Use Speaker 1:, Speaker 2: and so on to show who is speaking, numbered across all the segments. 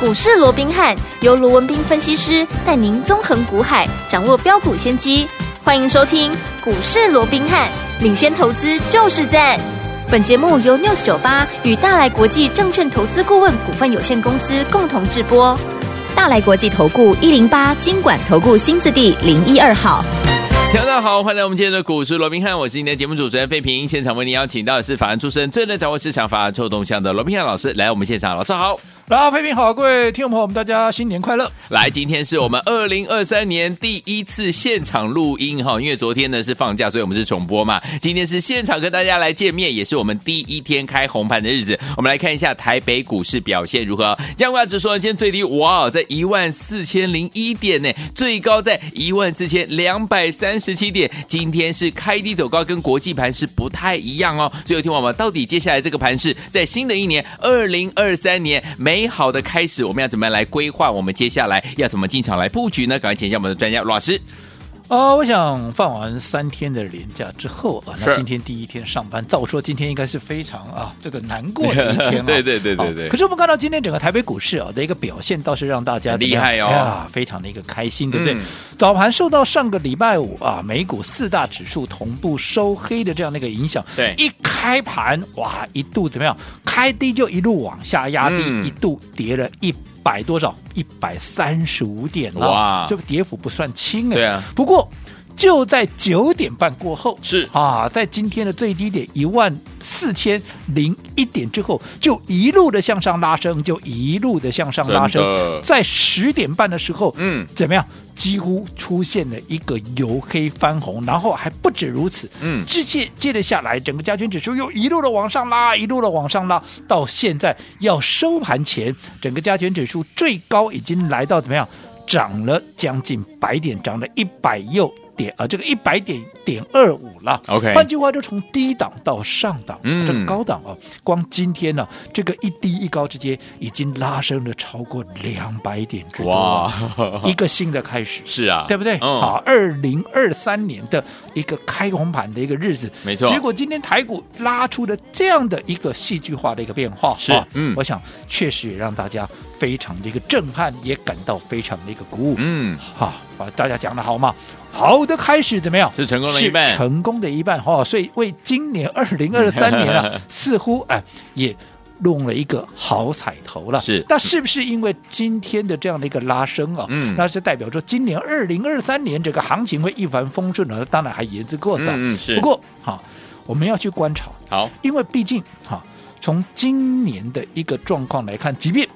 Speaker 1: 股市罗宾汉由罗文斌分析师带您纵横股海，掌握标股先机。欢迎收听股市罗宾汉，领先投资就是赞。本节目由 News 九八与大来国际证券投资顾问股份有限公司共同制播。
Speaker 2: 大来国际投顾一零八金管投顾新字第零一二号。
Speaker 3: 大家好，欢迎来我们今天的股市罗宾汉，我是你的节目主持人费平。现场为您邀请到的是法案出身、最能掌握市场法案臭动向的罗宾汉老师，来我们现场，老师好。
Speaker 4: 然后，飞平好，各位听众朋友们，大家新年快乐！
Speaker 3: 来，今天是我们二零二三年第一次现场录音哈，因为昨天呢是放假，所以我们是重播嘛。今天是现场跟大家来见面，也是我们第一天开红盘的日子。我们来看一下台北股市表现如何。央挂指数呢，今天最低哇，在一万四千零一点呢，最高在一万四千两百三十七点。今天是开低走高，跟国际盘是不太一样哦。所以，听我们到底接下来这个盘是在新的一年二零二三年美好的开始，我们要怎么样来规划？我们接下来要怎么进场来布局呢？赶快请一下我们的专家罗老师。
Speaker 4: 呃，我想放完三天的连假之后啊，那
Speaker 3: 是
Speaker 4: 今天第一天上班，照说今天应该是非常啊这个难过的一天啊。
Speaker 3: 对对对对
Speaker 4: 好
Speaker 3: 对
Speaker 4: 可是我们看到今天整个台北股市啊的一个表现，倒是让大家
Speaker 3: 很厉害哦
Speaker 4: 怎么样哎呀，非常的一个开心，对不对
Speaker 3: 嗯？
Speaker 4: 早盘受到上个礼拜五啊美股四大指数同步收黑的这样的一个影响，
Speaker 3: 对
Speaker 4: 一开盘哇一度怎么样？开低就一路往下压低，
Speaker 3: 嗯
Speaker 4: 一度跌了一百多少？一百三十五点了，
Speaker 3: 哇
Speaker 4: 这跌幅不算轻哎。
Speaker 3: 对啊
Speaker 4: 不过就在九点半过后，
Speaker 3: 是
Speaker 4: 啊，在今天的最低点一万四千零一点之后，就一路的向上拉升，就一路的向上拉
Speaker 3: 真
Speaker 4: 升
Speaker 3: 的，
Speaker 4: 在十点半的时候，
Speaker 3: 嗯
Speaker 4: 怎么样？几乎出现了一个由黑翻红，然后还不止如此，
Speaker 3: 嗯
Speaker 4: 之接接着下来，整个加权指数又一路的往上拉，一路的往上拉，到现在要收盘前，整个加权指数最高已经来到怎么样？涨了将近百点，涨了一百又点啊，这个一百点点二五了。
Speaker 3: OK
Speaker 4: 换句话就从低档到上档，
Speaker 3: 嗯
Speaker 4: 这个高档啊，光今天呢、这个一低一高之间已经拉升了超过两百点之多
Speaker 3: 哇
Speaker 4: 啊，，一个新的开始。
Speaker 3: 是啊，
Speaker 4: 对不对？
Speaker 3: 嗯
Speaker 4: 好，二零二三年的一个开红盘的一个日子，
Speaker 3: 没错
Speaker 4: 结果今天台股拉出了这样的一个戏剧化的一个变化，
Speaker 3: 是
Speaker 4: 啊
Speaker 3: 嗯
Speaker 4: 我想确实也让大家非常的一个震撼，也感到非常的一个鼓舞。
Speaker 3: 嗯，
Speaker 4: 好，把大家讲的好嘛，好的开始怎么样？
Speaker 3: 是成功的一半
Speaker 4: 是成功的一半哈、哦，所以为今年二零二三年 啊，似乎哎、也。弄了一个好彩头了，
Speaker 3: 是
Speaker 4: 那是不是因为今天的这样的一个拉升啊？
Speaker 3: 嗯
Speaker 4: 那是代表说今年二零二三年这个行情会一帆风顺了，当然还言之过早。
Speaker 3: 嗯嗯是
Speaker 4: 不过好、我们要去观察，
Speaker 3: 好，
Speaker 4: 因为毕竟哈、从今年的一个状况来看，即便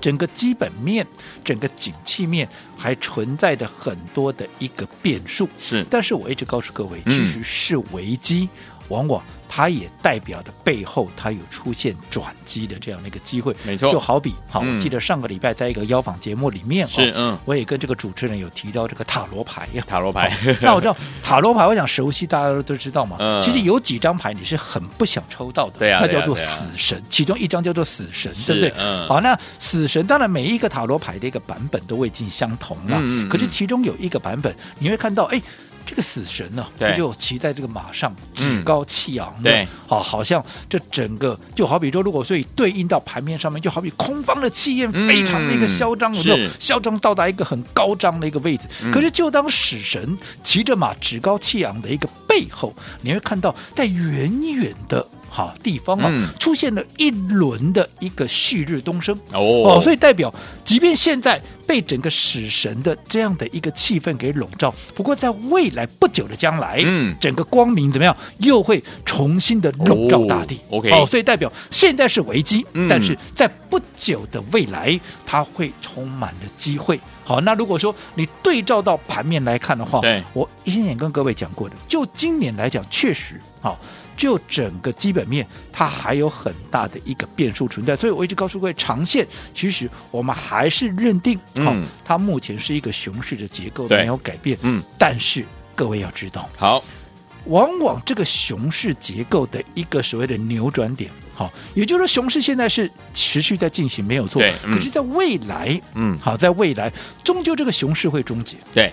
Speaker 4: 整个基本面、整个景气面还存在着很多的一个变数，
Speaker 3: 是
Speaker 4: 但是我一直告诉各位，
Speaker 3: 嗯
Speaker 4: 其实是危机，往往它也代表着背后它有出现转机的这样的一个机会。
Speaker 3: 没错
Speaker 4: 就好比好，
Speaker 3: 嗯
Speaker 4: 我记得上个礼拜在一个邀访节目里面，
Speaker 3: 是
Speaker 4: 哦
Speaker 3: 嗯
Speaker 4: 我也跟这个主持人有提到这个塔罗牌呀。
Speaker 3: 塔 罗牌，
Speaker 4: 那我知道塔罗牌，我想熟悉，大家都知道嘛。
Speaker 3: 嗯
Speaker 4: 其实有几张牌你是很不想抽到的，
Speaker 3: 对啊
Speaker 4: 那
Speaker 3: 对啊
Speaker 4: 叫做
Speaker 3: 对啊
Speaker 4: 死神，其中一张叫做死神，
Speaker 3: 是
Speaker 4: 对不对？
Speaker 3: 嗯
Speaker 4: 好，那死神当然每一个塔罗牌的一个版本都未尽相同了，
Speaker 3: 嗯嗯嗯
Speaker 4: 可是其中有一个版本你会看到，哎。这个死神呢、
Speaker 3: 对
Speaker 4: 他就骑在这个马上，
Speaker 3: 嗯
Speaker 4: 趾高气昂的，
Speaker 3: 对
Speaker 4: 好、哦好像这整个就好比说，如果所以对应到盘面上面，就好比空方的气焰非常的一个
Speaker 3: 嗯
Speaker 4: 嚣张，有没有
Speaker 3: 是？
Speaker 4: 嚣张到达一个很高涨的一个位置。
Speaker 3: 嗯
Speaker 4: 可是就当死神骑着马趾高气昂的一个背后，你会看到在远远的。哈地方啊，
Speaker 3: 嗯
Speaker 4: 出现了一轮的一个旭日东升
Speaker 3: 哦
Speaker 4: 所以代表，即便现在被整个死神的这样的一个气氛给笼罩，不过在未来不久的将来，
Speaker 3: 嗯
Speaker 4: 整个光明怎么样，又会重新的笼罩大地。
Speaker 3: 哦，OK
Speaker 4: 所以代表现在是危机，
Speaker 3: 嗯
Speaker 4: 但是在不久的未来，它会充满了机会。好，那如果说你对照到盘面来看的话，
Speaker 3: 对
Speaker 4: 我以前也跟各位讲过的，就今年来讲，确实好。就整个基本面，它还有很大的一个变数存在，所以我一直告诉各位，长线其实我们还是认定，
Speaker 3: 嗯
Speaker 4: 好，它目前是一个熊市的结构
Speaker 3: 对
Speaker 4: 没有改变，
Speaker 3: 嗯，
Speaker 4: 但是各位要知道，
Speaker 3: 好，
Speaker 4: 往往这个熊市结构的一个所谓的扭转点，好，也就是说熊市现在是持续在进行，没有错。
Speaker 3: 对嗯
Speaker 4: 可是，在未来，
Speaker 3: 嗯
Speaker 4: 好，在未来，终究这个熊市会终结，
Speaker 3: 对，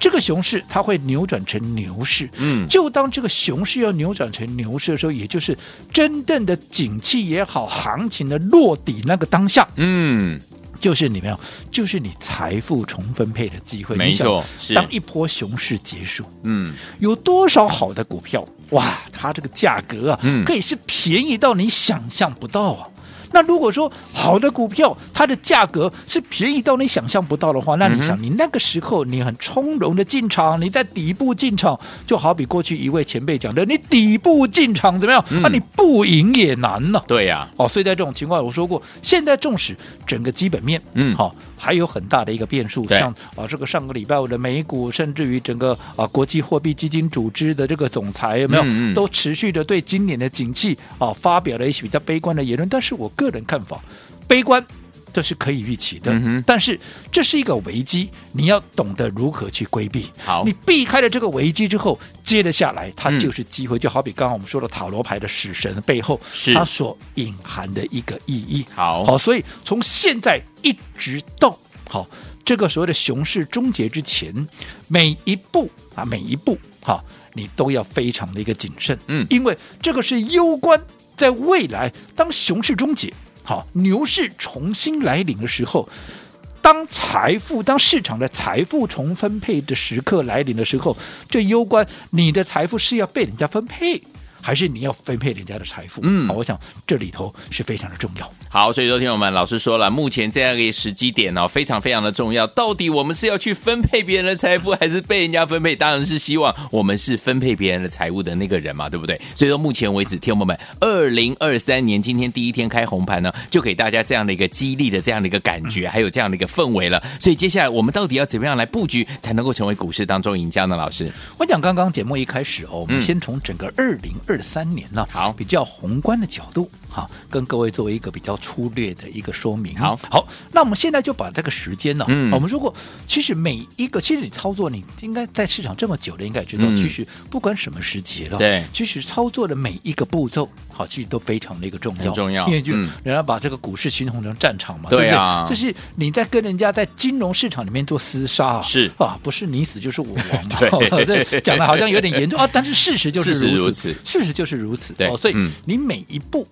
Speaker 4: 这个熊市它会扭转成牛市。
Speaker 3: 嗯
Speaker 4: 就当这个熊市要扭转成牛市的时候，也就是真正的景气也好，行情的落底那个当下，
Speaker 3: 嗯，
Speaker 4: 就是你没有，就是你财富重分配的机会。
Speaker 3: 没
Speaker 4: 你想
Speaker 3: 错是
Speaker 4: 当一波熊市结束，
Speaker 3: 嗯，
Speaker 4: 有多少好的股票？哇，它这个价格啊，
Speaker 3: 嗯
Speaker 4: 可以是便宜到你想象不到啊。那如果说好的股票，它的价格是便宜到你想象不到的话，那
Speaker 3: 嗯
Speaker 4: 你想，你那个时候你很从容的进场，你在底部进场，就好比过去一位前辈讲的，你底部进场怎么样？
Speaker 3: 嗯
Speaker 4: 那、啊、你不赢也难呢、
Speaker 3: 对呀，
Speaker 4: 哦，所以在这种情况，我说过，现在纵使整个基本面，
Speaker 3: 嗯
Speaker 4: 好、还有很大的一个变数，
Speaker 3: 对
Speaker 4: 像啊这个上个礼拜我的美股，甚至于整个啊国际货币基金组织的这个总裁有没有，
Speaker 3: 嗯嗯
Speaker 4: 都持续的对今年的景气啊发表了一些比较悲观的言论，但是我个人看法，悲观。这是可以预期的，
Speaker 3: 嗯哼
Speaker 4: 但是这是一个危机，你要懂得如何去规避。
Speaker 3: 好
Speaker 4: 你避开了这个危机之后，接了下来，它
Speaker 3: 嗯
Speaker 4: 就是机会。就好比刚刚我们说的塔罗牌的死神背后，
Speaker 3: 是
Speaker 4: 它所隐含的一个意义。
Speaker 3: 好
Speaker 4: 好，所以从现在一直到好这个所谓的熊市终结之前，每一步啊，每一步哈，你都要非常的一个谨慎，
Speaker 3: 嗯
Speaker 4: 因为这个是攸关在未来当熊市终结，好牛市重新来临的时候。当财富、当市场的财富重分配的时刻来临的时候，这攸关你的财富是要被人家分配，还是你要分配人家的财富？
Speaker 3: 嗯
Speaker 4: 好我想这里头是非常的重要。
Speaker 3: 好，所以昨天我们老师说了，目前这样一个时机点哦，非常非常的重要。到底我们是要去分配别人的财富，还是被人家分配？当然是希望我们是分配别人的财物的那个人嘛，对不 对？所以说，目前为止，听友们，二零二三年今天第一天开红盘呢，就给大家这样的一个激励的这样的一个感觉，还有这样的一个氛围了。所以接下来我们到底要怎么样来布局，才能够成为股市当中赢家呢？老师，
Speaker 4: 我讲刚刚节目一开始哦，我
Speaker 3: 嗯
Speaker 4: 们先从整个二零二三年呢、
Speaker 3: 好
Speaker 4: 比较宏观的角度，哈，跟各位作为一个比较粗略的一个说明。
Speaker 3: 好
Speaker 4: 好，那我们现在就把这个时间呢、哦
Speaker 3: 嗯
Speaker 4: 我们如果其实每一个，其实你操作，你应该在市场这么久的，应该也知道，
Speaker 3: 嗯
Speaker 4: 其实不管什么时节了，
Speaker 3: 对
Speaker 4: 其实操作的每一个步骤，好，其实都非常的一个重要，
Speaker 3: 很重要
Speaker 4: 因为就
Speaker 3: 嗯
Speaker 4: 人家把这个股市形容成战场嘛，
Speaker 3: 对
Speaker 4: 对
Speaker 3: 啊
Speaker 4: 不对？这是你在跟人家在金融市场里面做厮杀、啊，
Speaker 3: 是
Speaker 4: 啊，不是你死就是我 亡嘛，
Speaker 3: 对
Speaker 4: 这讲的好像有点严重啊，但是事实就是
Speaker 3: 事实如
Speaker 4: 如
Speaker 3: 此
Speaker 4: 此，事实就是如此。哦
Speaker 3: 对
Speaker 4: 所以
Speaker 3: 嗯
Speaker 4: 你每一步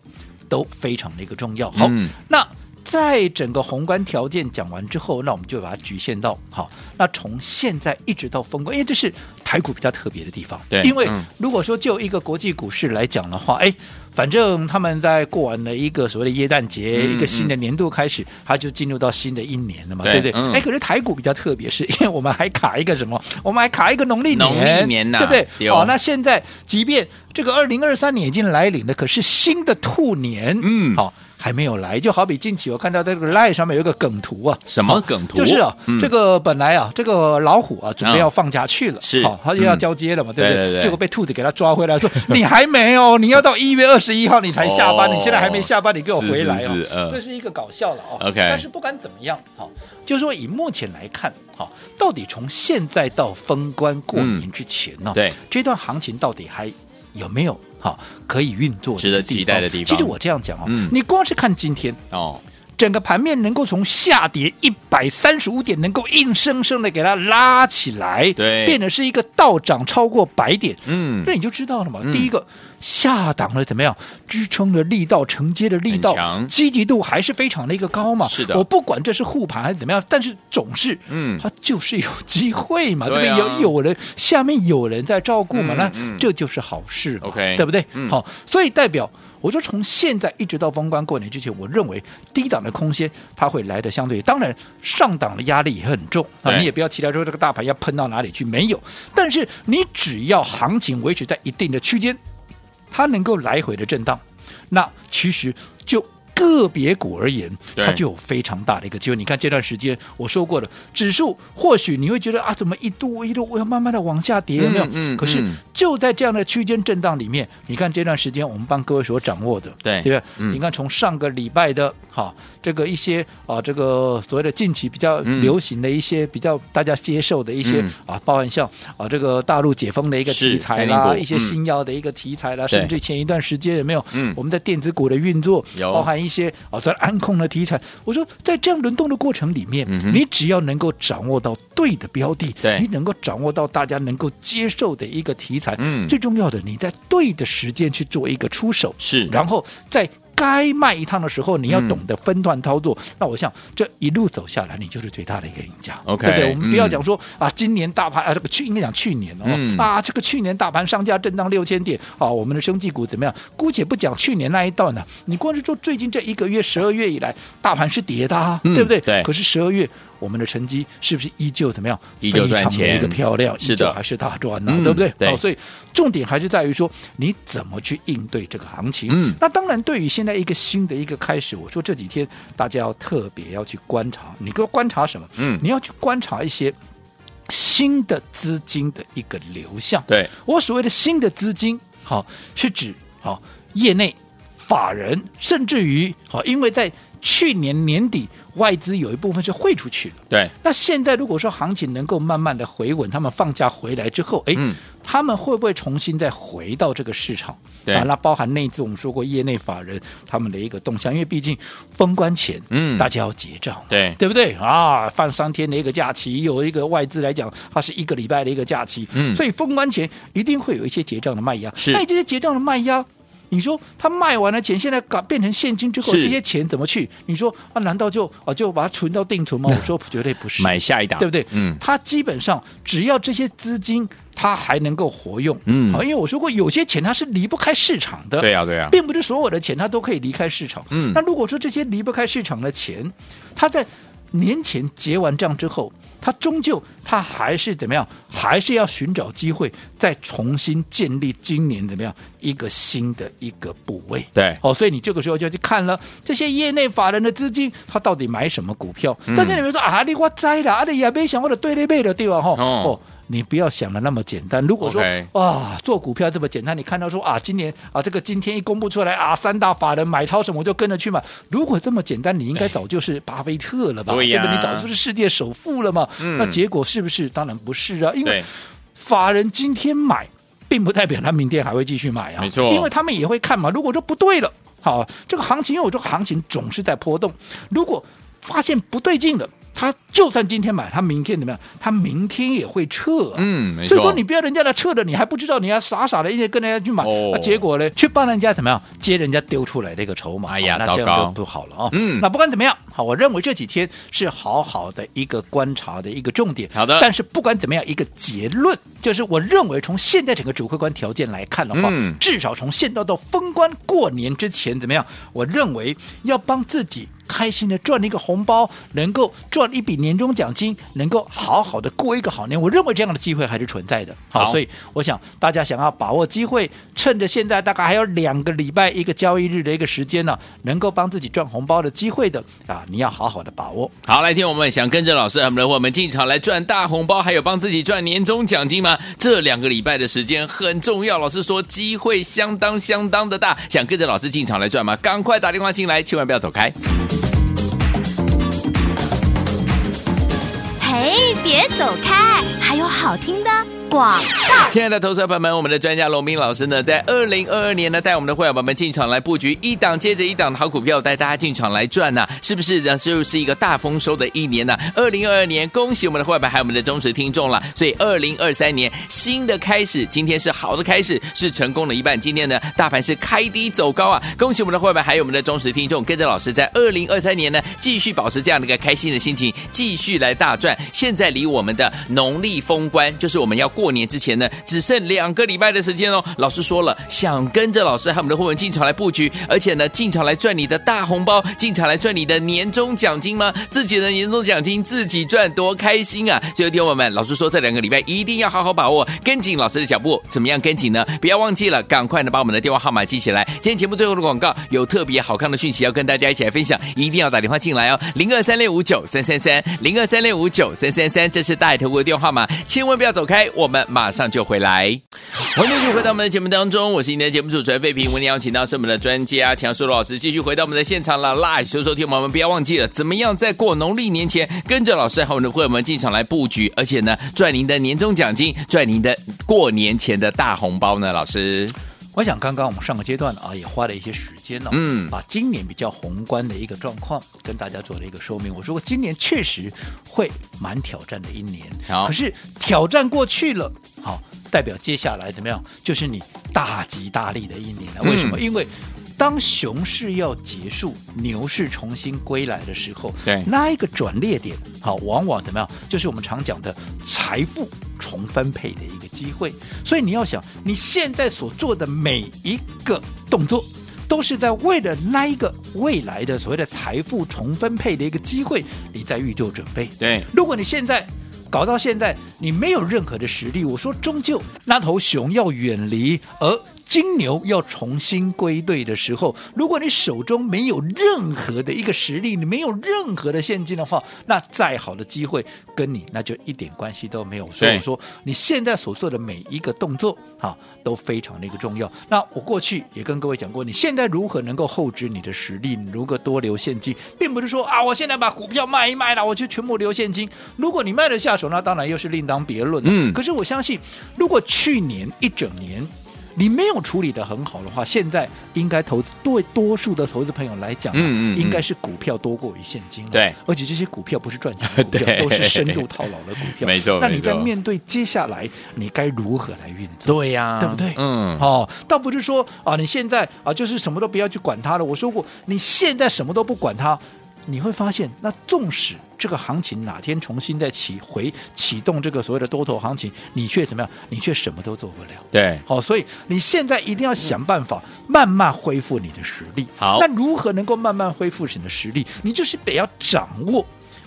Speaker 4: 都非常的一个重要。好
Speaker 3: 嗯，
Speaker 4: 那。在整个宏观条件讲完之后，那我们就把它局限到好。那从现在一直到封关，因为这是台股比较特别的地方。
Speaker 3: 对
Speaker 4: 因为
Speaker 3: 嗯
Speaker 4: 如果说就一个国际股市来讲的话，哎，反正他们在过完了一个所谓的耶诞节，
Speaker 3: 嗯
Speaker 4: 一个新的年度开始，它就进入到新的一年了嘛，
Speaker 3: 对
Speaker 4: 对不对？
Speaker 3: 嗯
Speaker 4: 哎，可是台股比较特别，是因为我们还卡一个 什么？我们还卡一个农历年，
Speaker 3: 农历年呐
Speaker 4: 对不
Speaker 3: 对
Speaker 4: 对？
Speaker 3: 哦
Speaker 4: 好、那现在即便这个二零二三年已经来临了，可是新的兔年，
Speaker 3: 嗯
Speaker 4: 好、还没有来，就好比近期我看到在这个 line 上面有一个梗图啊，
Speaker 3: 什么梗图？
Speaker 4: 就是啊，
Speaker 3: 嗯
Speaker 4: 这个本来啊，这个老虎啊，准备
Speaker 3: 嗯
Speaker 4: 要放假去了，
Speaker 3: 是
Speaker 4: 好，它就要
Speaker 3: 嗯
Speaker 4: 交接了嘛，对不
Speaker 3: 对对对
Speaker 4: 结果被兔子给它抓回来，说 你还没有，你要到一月二十一号你才下班，
Speaker 3: 哦
Speaker 4: 你现在还没下班，你给我回来
Speaker 3: 是
Speaker 4: 哦
Speaker 3: 是是嗯，
Speaker 4: 这是一个搞笑了哦。
Speaker 3: OK
Speaker 4: 但是不管怎么样，好，就是说以目前来看，好，到底从现在到封关过年之前呢，
Speaker 3: 嗯对，
Speaker 4: 这段行情到底还有没有好可以运作的
Speaker 3: 值得
Speaker 4: 地
Speaker 3: 期待的地方
Speaker 4: 其实我这样讲哦
Speaker 3: 嗯，
Speaker 4: 你光是看今天。
Speaker 3: 哦，
Speaker 4: 整个盘面能够从下跌一百三十五点，能够硬生生的给它拉起来，
Speaker 3: 对
Speaker 4: 变得是一个倒涨超过百点。
Speaker 3: 嗯
Speaker 4: 那，你就知道了嘛。
Speaker 3: 嗯
Speaker 4: 第一个下档了怎么样？支撑的力道、承接的力
Speaker 3: 很
Speaker 4: 道
Speaker 3: 强、
Speaker 4: 积极度还是非常的一个高嘛。
Speaker 3: 是的
Speaker 4: 我不管这是护盘还是怎么样，但是总是
Speaker 3: 嗯
Speaker 4: 它就是有机会嘛，
Speaker 3: 对
Speaker 4: 对不
Speaker 3: 啊
Speaker 4: 对？有有人下面有人在照顾嘛，
Speaker 3: 嗯
Speaker 4: 那
Speaker 3: 嗯
Speaker 4: 这就是好事嘛
Speaker 3: OK，
Speaker 4: 对不对
Speaker 3: 嗯？
Speaker 4: 好，所以代表。我说从现在一直到封关过年之前，我认为低档的空间它会来的相对，当然上档的压力也很重啊，
Speaker 3: 对
Speaker 4: 你也不要期待说这个大盘要喷到哪里去，没有。但是你只要行情维持在一定的区间，它能够来回的震荡，那其实就。个别股而言，
Speaker 3: 对
Speaker 4: 它就有非常大的一个机会。你看这段时间我说过了，指数或许你会觉得啊，怎么一度一度我要慢慢的往下跌，有没有？
Speaker 3: 嗯嗯
Speaker 4: 可是
Speaker 3: 嗯
Speaker 4: 就在这样的区间震荡里面，你看这段时间我们帮各位所掌握的，
Speaker 3: 对
Speaker 4: 对不对？
Speaker 3: 嗯
Speaker 4: 你看从上个礼拜的哈、这个一些啊，这个所谓的近期比较
Speaker 3: 嗯
Speaker 4: 流行的一些、比较大家接受的一些、
Speaker 3: 嗯
Speaker 4: 啊，包含像啊这个大陆解封的一个
Speaker 3: 是
Speaker 4: 题材
Speaker 3: 概念
Speaker 4: 啦，
Speaker 3: 股
Speaker 4: 一些
Speaker 3: 嗯
Speaker 4: 新药的一个题材啦，
Speaker 3: 对
Speaker 4: 甚至前一段时间有没有？
Speaker 3: 嗯
Speaker 4: 我们在电子股的运作，
Speaker 3: 有
Speaker 4: 包含一些啊，在安控的题材。我说，在这样轮动的过程里面，
Speaker 3: 嗯哼
Speaker 4: 你只要能够掌握到对的标的，
Speaker 3: 对
Speaker 4: 你能够掌握到大家能够接受的一个题材，
Speaker 3: 嗯
Speaker 4: 最重要的，你在对的时间去做一个出手，
Speaker 3: 是嗯
Speaker 4: 然后在。该卖一趟的时候，你要懂得分段操作。那我想这一路走下来，你就是最大的一个赢家。
Speaker 3: OK，
Speaker 4: 对不对？我们不
Speaker 3: 嗯
Speaker 4: 要讲说、啊，今年大盘啊，这个去应该讲去年哦、
Speaker 3: 嗯
Speaker 4: 啊，这个去年大盘上下震荡六千点啊，我们的生技股怎么样？姑且不讲去年那一段呢、你光是说最近这一个月十二月以来，大盘是跌的、啊
Speaker 3: 嗯
Speaker 4: 对不对？
Speaker 3: 对
Speaker 4: 可是十二月我们的成绩是不是依旧怎么样？
Speaker 3: 依旧
Speaker 4: 非
Speaker 3: 赚
Speaker 4: 常的一个
Speaker 3: 钱
Speaker 4: 漂亮，
Speaker 3: 是
Speaker 4: 依旧
Speaker 3: 的
Speaker 4: 还是大赚呢、
Speaker 3: 嗯
Speaker 4: 对不对？
Speaker 3: 对
Speaker 4: 哦，所以重点还是在于说你怎么去应对这个行情。
Speaker 3: 嗯
Speaker 4: 那当然，对于现在一个新的一个开始，我说这几天大家要特别要去观察，你给我观察什么？
Speaker 3: 嗯
Speaker 4: 你要去观察一些新的资金的一个流向。
Speaker 3: 对，
Speaker 4: 我所谓的新的资金，好、是指好、业内法人，甚至于好、因为在去年年底外资有一部分是汇出去了。
Speaker 3: 对，
Speaker 4: 那现在如果说行情能够慢慢的回稳，他们放假回来之后，哎、
Speaker 3: 嗯
Speaker 4: 他们会不会重新再回到这个市场？
Speaker 3: 对
Speaker 4: 啊，那包含内资，我们说过业内法人他们的一个动向，因为毕竟封关前，
Speaker 3: 嗯
Speaker 4: 大家要结账嘛，
Speaker 3: 对
Speaker 4: 对不对啊？放三天的一个假期，有一个外资来讲，它是一个礼拜的一个假期，
Speaker 3: 嗯
Speaker 4: 所以封关前一定会有一些结账的卖压，
Speaker 3: 是
Speaker 4: 那这些结账的卖压。你说他卖完了钱，现在搞变成现金之后，
Speaker 3: 是
Speaker 4: 这些钱怎么去？你说啊，难道就啊就把它存到定存吗？ 我说绝对不是，
Speaker 3: 买下一档，
Speaker 4: 对不对？
Speaker 3: 嗯，
Speaker 4: 它基本上只要这些资金它还能够活用，
Speaker 3: 嗯
Speaker 4: 好，因为我说过有些钱它是离不开市场的，
Speaker 3: 对呀、对呀、啊
Speaker 4: 并不是所有的钱它都可以离开市场。
Speaker 3: 嗯
Speaker 4: 那如果说这些离不开市场的钱，它在年前结完账之后，它终究它还是怎么样？还是要寻找机会再重新建立今年怎么样一个新的一个部位。
Speaker 3: 对
Speaker 4: 哦，所以你这个时候就要去看了这些业内法人的资金，他到底买什么股票？
Speaker 3: 嗯
Speaker 4: 但是你们说啊，你我栽了，啊，你也没想我的对立背的地方哈。
Speaker 3: 哦
Speaker 4: 哦你不要想的那么简单。如果说
Speaker 3: OK
Speaker 4: 哇，做股票这么简单，你看到说啊，今年啊，这个今天一公布出来啊，三大法人买超什么，我就跟着去买。如果这么简单，你应该早就是巴菲特了吧？
Speaker 3: 哎对呀
Speaker 4: 不对？你早就是世界首富了嘛。
Speaker 3: 嗯
Speaker 4: 那结果是不是？当然不是啊，因为
Speaker 3: 对
Speaker 4: 法人今天买，并不代表他明天还会继续买啊。
Speaker 3: 没错
Speaker 4: 因为他们也会看嘛。如果说不对了，好，这个行情，因为我说行情总是在波动，如果发现不对劲了。他就算今天买，他明天怎么样？他明天也会撤、啊。
Speaker 3: 嗯没错
Speaker 4: 所以说你不要人家的撤了，你还不知道，你还傻傻的哎一直跟人家去买，
Speaker 3: 哦
Speaker 4: 啊结果呢，去帮人家怎么样接人家丢出来的一个筹码，
Speaker 3: 哎呀
Speaker 4: 哦那这
Speaker 3: 糟
Speaker 4: 样就
Speaker 3: 糕
Speaker 4: 不好了啊、
Speaker 3: 嗯
Speaker 4: 那不管怎么样，好，我认为这几天是好好的一个观察的一个重点。
Speaker 3: 好的
Speaker 4: 但是不管怎么样，一个结论就是，我认为从现在整个主客观条件来看的话，
Speaker 3: 嗯
Speaker 4: 至少从现在到封关过年之前怎么样？我认为要帮自己开心的赚一个红包，能够赚一笔年终奖金，能够好好的过一个好年。我认为这样的机会还是存在的。
Speaker 3: 好
Speaker 4: 所以我想大家想要把握机会，趁着现在大概还有两个礼拜一个交易日的一个时间呢、能够帮自己赚红包的机会的啊，你要好好的把握。
Speaker 3: 好，来听我们想跟着老师和我们的伙伴们进场来赚大红包，还有帮自己赚年终奖金吗？这两个礼拜的时间很重要，老师说机会相当相当的大，想跟着老师进场来赚吗？赶快打电话进来，千万不要走开。
Speaker 1: 嘿，别走开，还有好听的广。
Speaker 3: 亲爱的投资者朋友们，我们的专家龙斌老师呢，在二零二二年呢，带我们的会员朋友们进场来布局一档接着一档的好股票，带大家进场来赚呐、是不是呢？就是一个大丰收的一年呐、2二零啊二二年，恭喜我们的会员朋友还有我们的忠实听众了。所以二零二三年新的开始，今天是好的开始，是成功的一半。今天呢，大盘是开低走高啊，恭喜我们的会员朋友还有我们的忠实听众，跟着老师在二零二三年呢，继续保持这样的一个开心的心情，继续来大赚。现在离我们的农历封关，就是我们要过年之前呢，只剩两个礼拜的时间哦。老师说了，想跟着老师和我们的会员进场来布局，而且呢，进场来赚你的大红包，进场来赚你的年终奖金吗？自己的年终奖金自己赚，多开心啊！所以，听我们，老师说这两个礼拜一定要好好把握，跟紧老师的脚步。怎么样跟紧呢？不要忘记了，赶快呢把我们的电话号码记起来。今天节目最后的广告有特别好看的讯息要跟大家一起来分享，一定要打电话进来哦，零二三六五九三三三，零二三六五九三三三，这是大海投顾的电话号码，千万不要走开，我们马上就回来。欢迎继续回到我们的节目当中，我是您的节目主持人费平。我们邀请到是我们的专家强叔罗老师，继续回到我们的现场了。啦，所以说听我们不要忘记了，怎么样在过农历年前跟着老师和我们的会员们进场来布局，而且呢赚您的年终奖金，赚您的过年前的大红包呢？老师，
Speaker 4: 我想刚刚我们上个阶段啊，也花了一些时间了、
Speaker 3: 嗯
Speaker 4: 把今年比较宏观的一个状况跟大家做了一个说明。我说过，今年确实会蛮挑战的一年，
Speaker 3: 好
Speaker 4: 可是挑战过去了，啊
Speaker 3: 嗯
Speaker 4: 好，代表接下来怎么样，就是你大吉大利的一年了。为什么？因为当熊市要结束，牛市重新归来的时候，
Speaker 3: 对
Speaker 4: 那一个转捩点，好，往往怎么样？就是我们常讲的财富重分配的一个机会。所以你要想，你现在所做的每一个动作。都是在为了那一个未来的所谓的财富重分配的一个机会，你在预做准备。
Speaker 3: 对，
Speaker 4: 如果你现在搞到现在，你没有任何的实力，我说终究那头熊要远离，而金牛要重新归队的时候，如果你手中没有任何的一个实力，你没有任何的现金的话，那再好的机会跟你那就一点关系都没有。所以
Speaker 3: 对
Speaker 4: 我说，你现在所做的每一个动作啊，都非常的一个重要。那我过去也跟各位讲过，你现在如何能够厚植你的实力，你如何多留现金，并不是说啊，我现在把股票卖一卖了，我就全部留现金。如果你卖得下手，那当然又是另当别论了。
Speaker 3: 嗯
Speaker 4: 可是我相信，如果去年一整年。你没有处理得很好的话，现在应该投资对多数的投资朋友来讲啊、
Speaker 3: 嗯嗯嗯
Speaker 4: 应该是股票多过于现金了。
Speaker 3: 对，
Speaker 4: 而且这些股票不是赚钱的股 票，
Speaker 3: 对
Speaker 4: 都是深度套牢的股票。
Speaker 3: 没错
Speaker 4: 那你
Speaker 3: 没错
Speaker 4: 在面对接下来，你该如何来运作？
Speaker 3: 对呀
Speaker 4: 对不对？
Speaker 3: 嗯，
Speaker 4: 哦，倒不是说啊，你现在啊，就是什么都不要去管它了。我说过，你现在什么都不管它，你会发现，那纵使这个行情哪天重新再起回启动这个所谓的多头行情，你却怎么样？你却什么都做不了。
Speaker 3: 对，
Speaker 4: 好、所以你现在一定要想办法慢慢恢复你的实力。
Speaker 3: 好
Speaker 4: 那如何能够慢慢恢复你的实力？你就是得要掌握。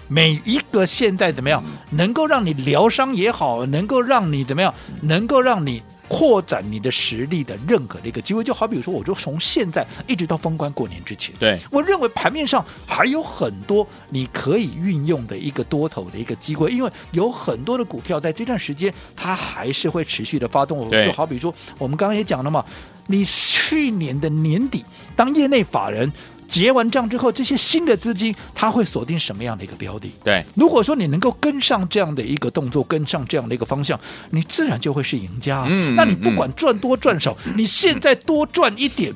Speaker 4: 每一个现在怎么样，能够让你疗伤也好，能够让你怎么样，能够让你扩展你的实力的任何的一个机会，就好比说，我就从现在一直到封关过年之前，
Speaker 3: 对，
Speaker 4: 我认为盘面上还有很多你可以运用的一个多头的一个机会，因为有很多的股票在这段时间它还是会持续的发动。
Speaker 3: 对
Speaker 4: 就好比说，我们刚刚也讲了嘛，你去年的年底，当业内法人结完账之后，这些新的资金它会锁定什么样的一个标的？
Speaker 3: 对，
Speaker 4: 如果说你能够跟上这样的一个动作，跟上这样的一个方向，你自然就会是赢家啊、
Speaker 3: 嗯
Speaker 4: 那你不管赚多赚少，你现在多赚一点。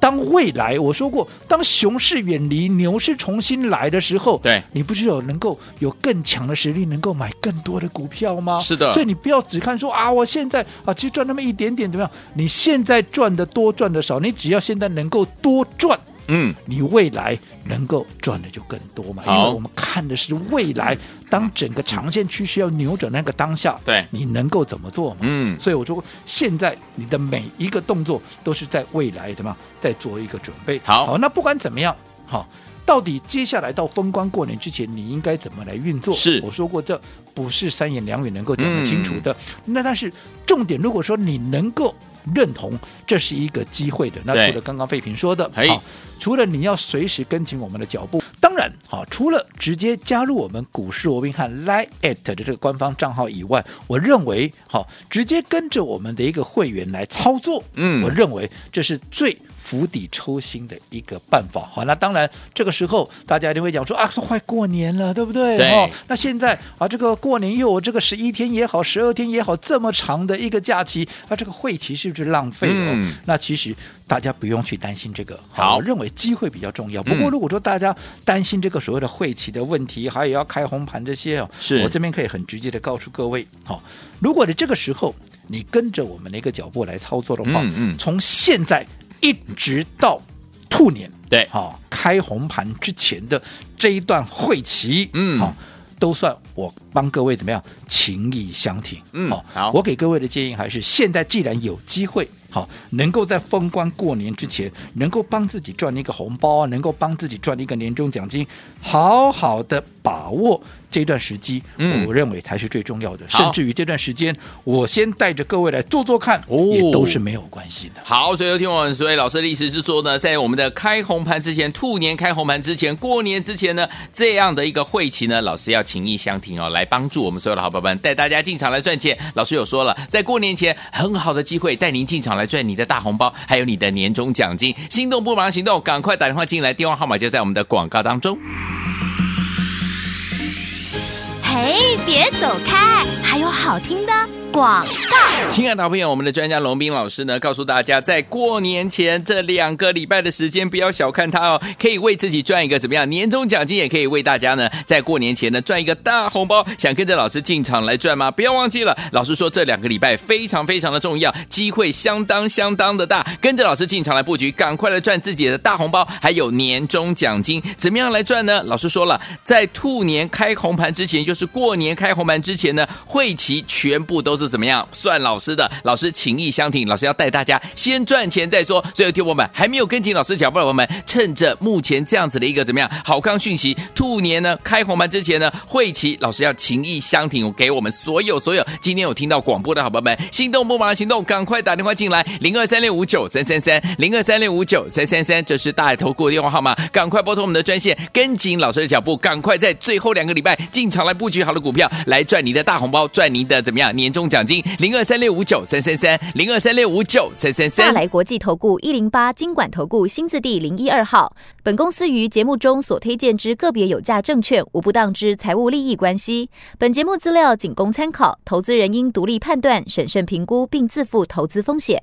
Speaker 4: 当未来我说过，当熊市远离，牛市重新来的时候，
Speaker 3: 对
Speaker 4: 你不是有能够有更强的实力，能够买更多的股票吗？
Speaker 3: 是的
Speaker 4: 所以你不要只看说啊，我现在啊，其实赚那么一点点怎么样？你现在赚的多，赚的少，你只要现在能够多赚，
Speaker 3: 嗯，
Speaker 4: 你未来能够赚的就更多嘛。因
Speaker 3: 好
Speaker 4: 为我们看的是未来，当整个长线趋势要扭转那个当下，
Speaker 3: 对
Speaker 4: 你能够怎么做嘛？
Speaker 3: 嗯
Speaker 4: 所以我说，现在你的每一个动作都是在未来怎么样，在做一个准备。
Speaker 3: 好
Speaker 4: 那不管怎么样，好。到底接下来到封关过年之前，你应该怎么来运作？
Speaker 3: 是
Speaker 4: 我说过，这不是三言两语能够讲得清楚的。
Speaker 3: 嗯
Speaker 4: 那但是重点，如果说你能够认同这是一个机会的，那
Speaker 3: 对
Speaker 4: 除了刚刚费平说的，
Speaker 3: 嘿
Speaker 4: 好，除了你要随时跟紧我们的脚步，当然，好，除了直接加入我们股市罗宾汉 Line at 的这个官方账号以外，我认为，好，直接跟着我们的一个会员来操作，
Speaker 3: 嗯
Speaker 4: 我认为这是最釜底抽薪的一个办法。好，那当然，这个时候大家一定会讲说啊，说快过年了，对不对？
Speaker 3: 对
Speaker 4: 哦那现在啊，这个过年又有这个十一天也好，十二天也好，这么长的一个假期，啊，这个会期是不是浪费了？
Speaker 3: 嗯
Speaker 4: 那其实大家不用去担心这个。
Speaker 3: 好
Speaker 4: 我认为机会比较重要。不
Speaker 3: 嗯
Speaker 4: 过如果说大家担心这个所谓的会期的问题，还有要开红盘这些哦，
Speaker 3: 是
Speaker 4: 我这边可以很直接的告诉各位，好、如果你这个时候你跟着我们的一个脚步来操作的话，
Speaker 3: 嗯嗯
Speaker 4: 从现在一直到兔年，
Speaker 3: 对，
Speaker 4: 好、开红盘之前的这一段会期，
Speaker 3: 嗯
Speaker 4: 好、都算我帮各位怎么样情意相挺，
Speaker 3: 嗯
Speaker 4: 好
Speaker 3: 好
Speaker 4: 我给各位的建议还是，现在既然有机会，好，能够在封关过年之前，能够帮自己赚一个红包，啊能够帮自己赚一个年终奖金，好好的把握这段时机，
Speaker 3: 嗯
Speaker 4: 我认为才是最重要的。
Speaker 3: 好
Speaker 4: 甚至于这段时间，我先带着各位来做做看，
Speaker 3: 哦
Speaker 4: 也都是没有关系的。
Speaker 3: 好，所以有听我们所以老师的意思是说呢，在我们的开红盘之前，兔年开红盘之前，过年之前呢，这样的一个会期呢，老师要情意相挺哦，来帮助我们所有的好伙伴，带大家进场来赚钱。老师有说了，在过年前很好的机会，带您进场来赚你的大红包，还有你的年终奖金。心动不马上行动，赶快打电话进来，电话号码就在我们的广告当中。
Speaker 1: 嘿，别走开，还有好听的
Speaker 5: 广。
Speaker 3: 亲爱的朋友我们的专家龙斌老师呢，告诉大家，在过年前这两个礼拜的时间，不要小看它哦，可以为自己赚一个怎么样年终奖金，也可以为大家呢，在过年前呢赚一个大红包。想跟着老师进场来赚吗？不要忘记了，老师说这两个礼拜非常非常的重要，机会相当相当的大，跟着老师进场来布局，赶快来赚自己的大红包，还有年终奖金。怎么样来赚呢？老师说了，在兔年开红盘之前，就是过年开红盘之前呢，会期全部都是怎么样算老师的，老师情意相挺，老师要带大家先赚钱再说。所以，听众朋友们还没有跟紧老师脚步的朋友们，趁着目前这样子的一个怎么样好康讯息，兔年呢开红盘之前呢，会期老师要情意相挺，给我们所有所有今天有听到广播的好朋友们，心动不马上行动，赶快打电话进来，零二三六五九三三三，零二三六五九三三三，这是大海投顾的电话号码，赶快拨通我们的专线，跟紧老师的脚步，赶快在最后两个礼拜进场来布局好的股票，来赚你的大红包，赚你的怎么样年终奖金，零二三六五九三三三，零二三六五九三三
Speaker 1: 大
Speaker 3: 三。
Speaker 1: 来国际投顾一零八金管投顾新字第零一二号。本公司于节目中所推荐之个别有价证券，无不当之财务利益关系。本节目资料仅供参考，投资人应独立判断、审慎评估，并自负投资风险。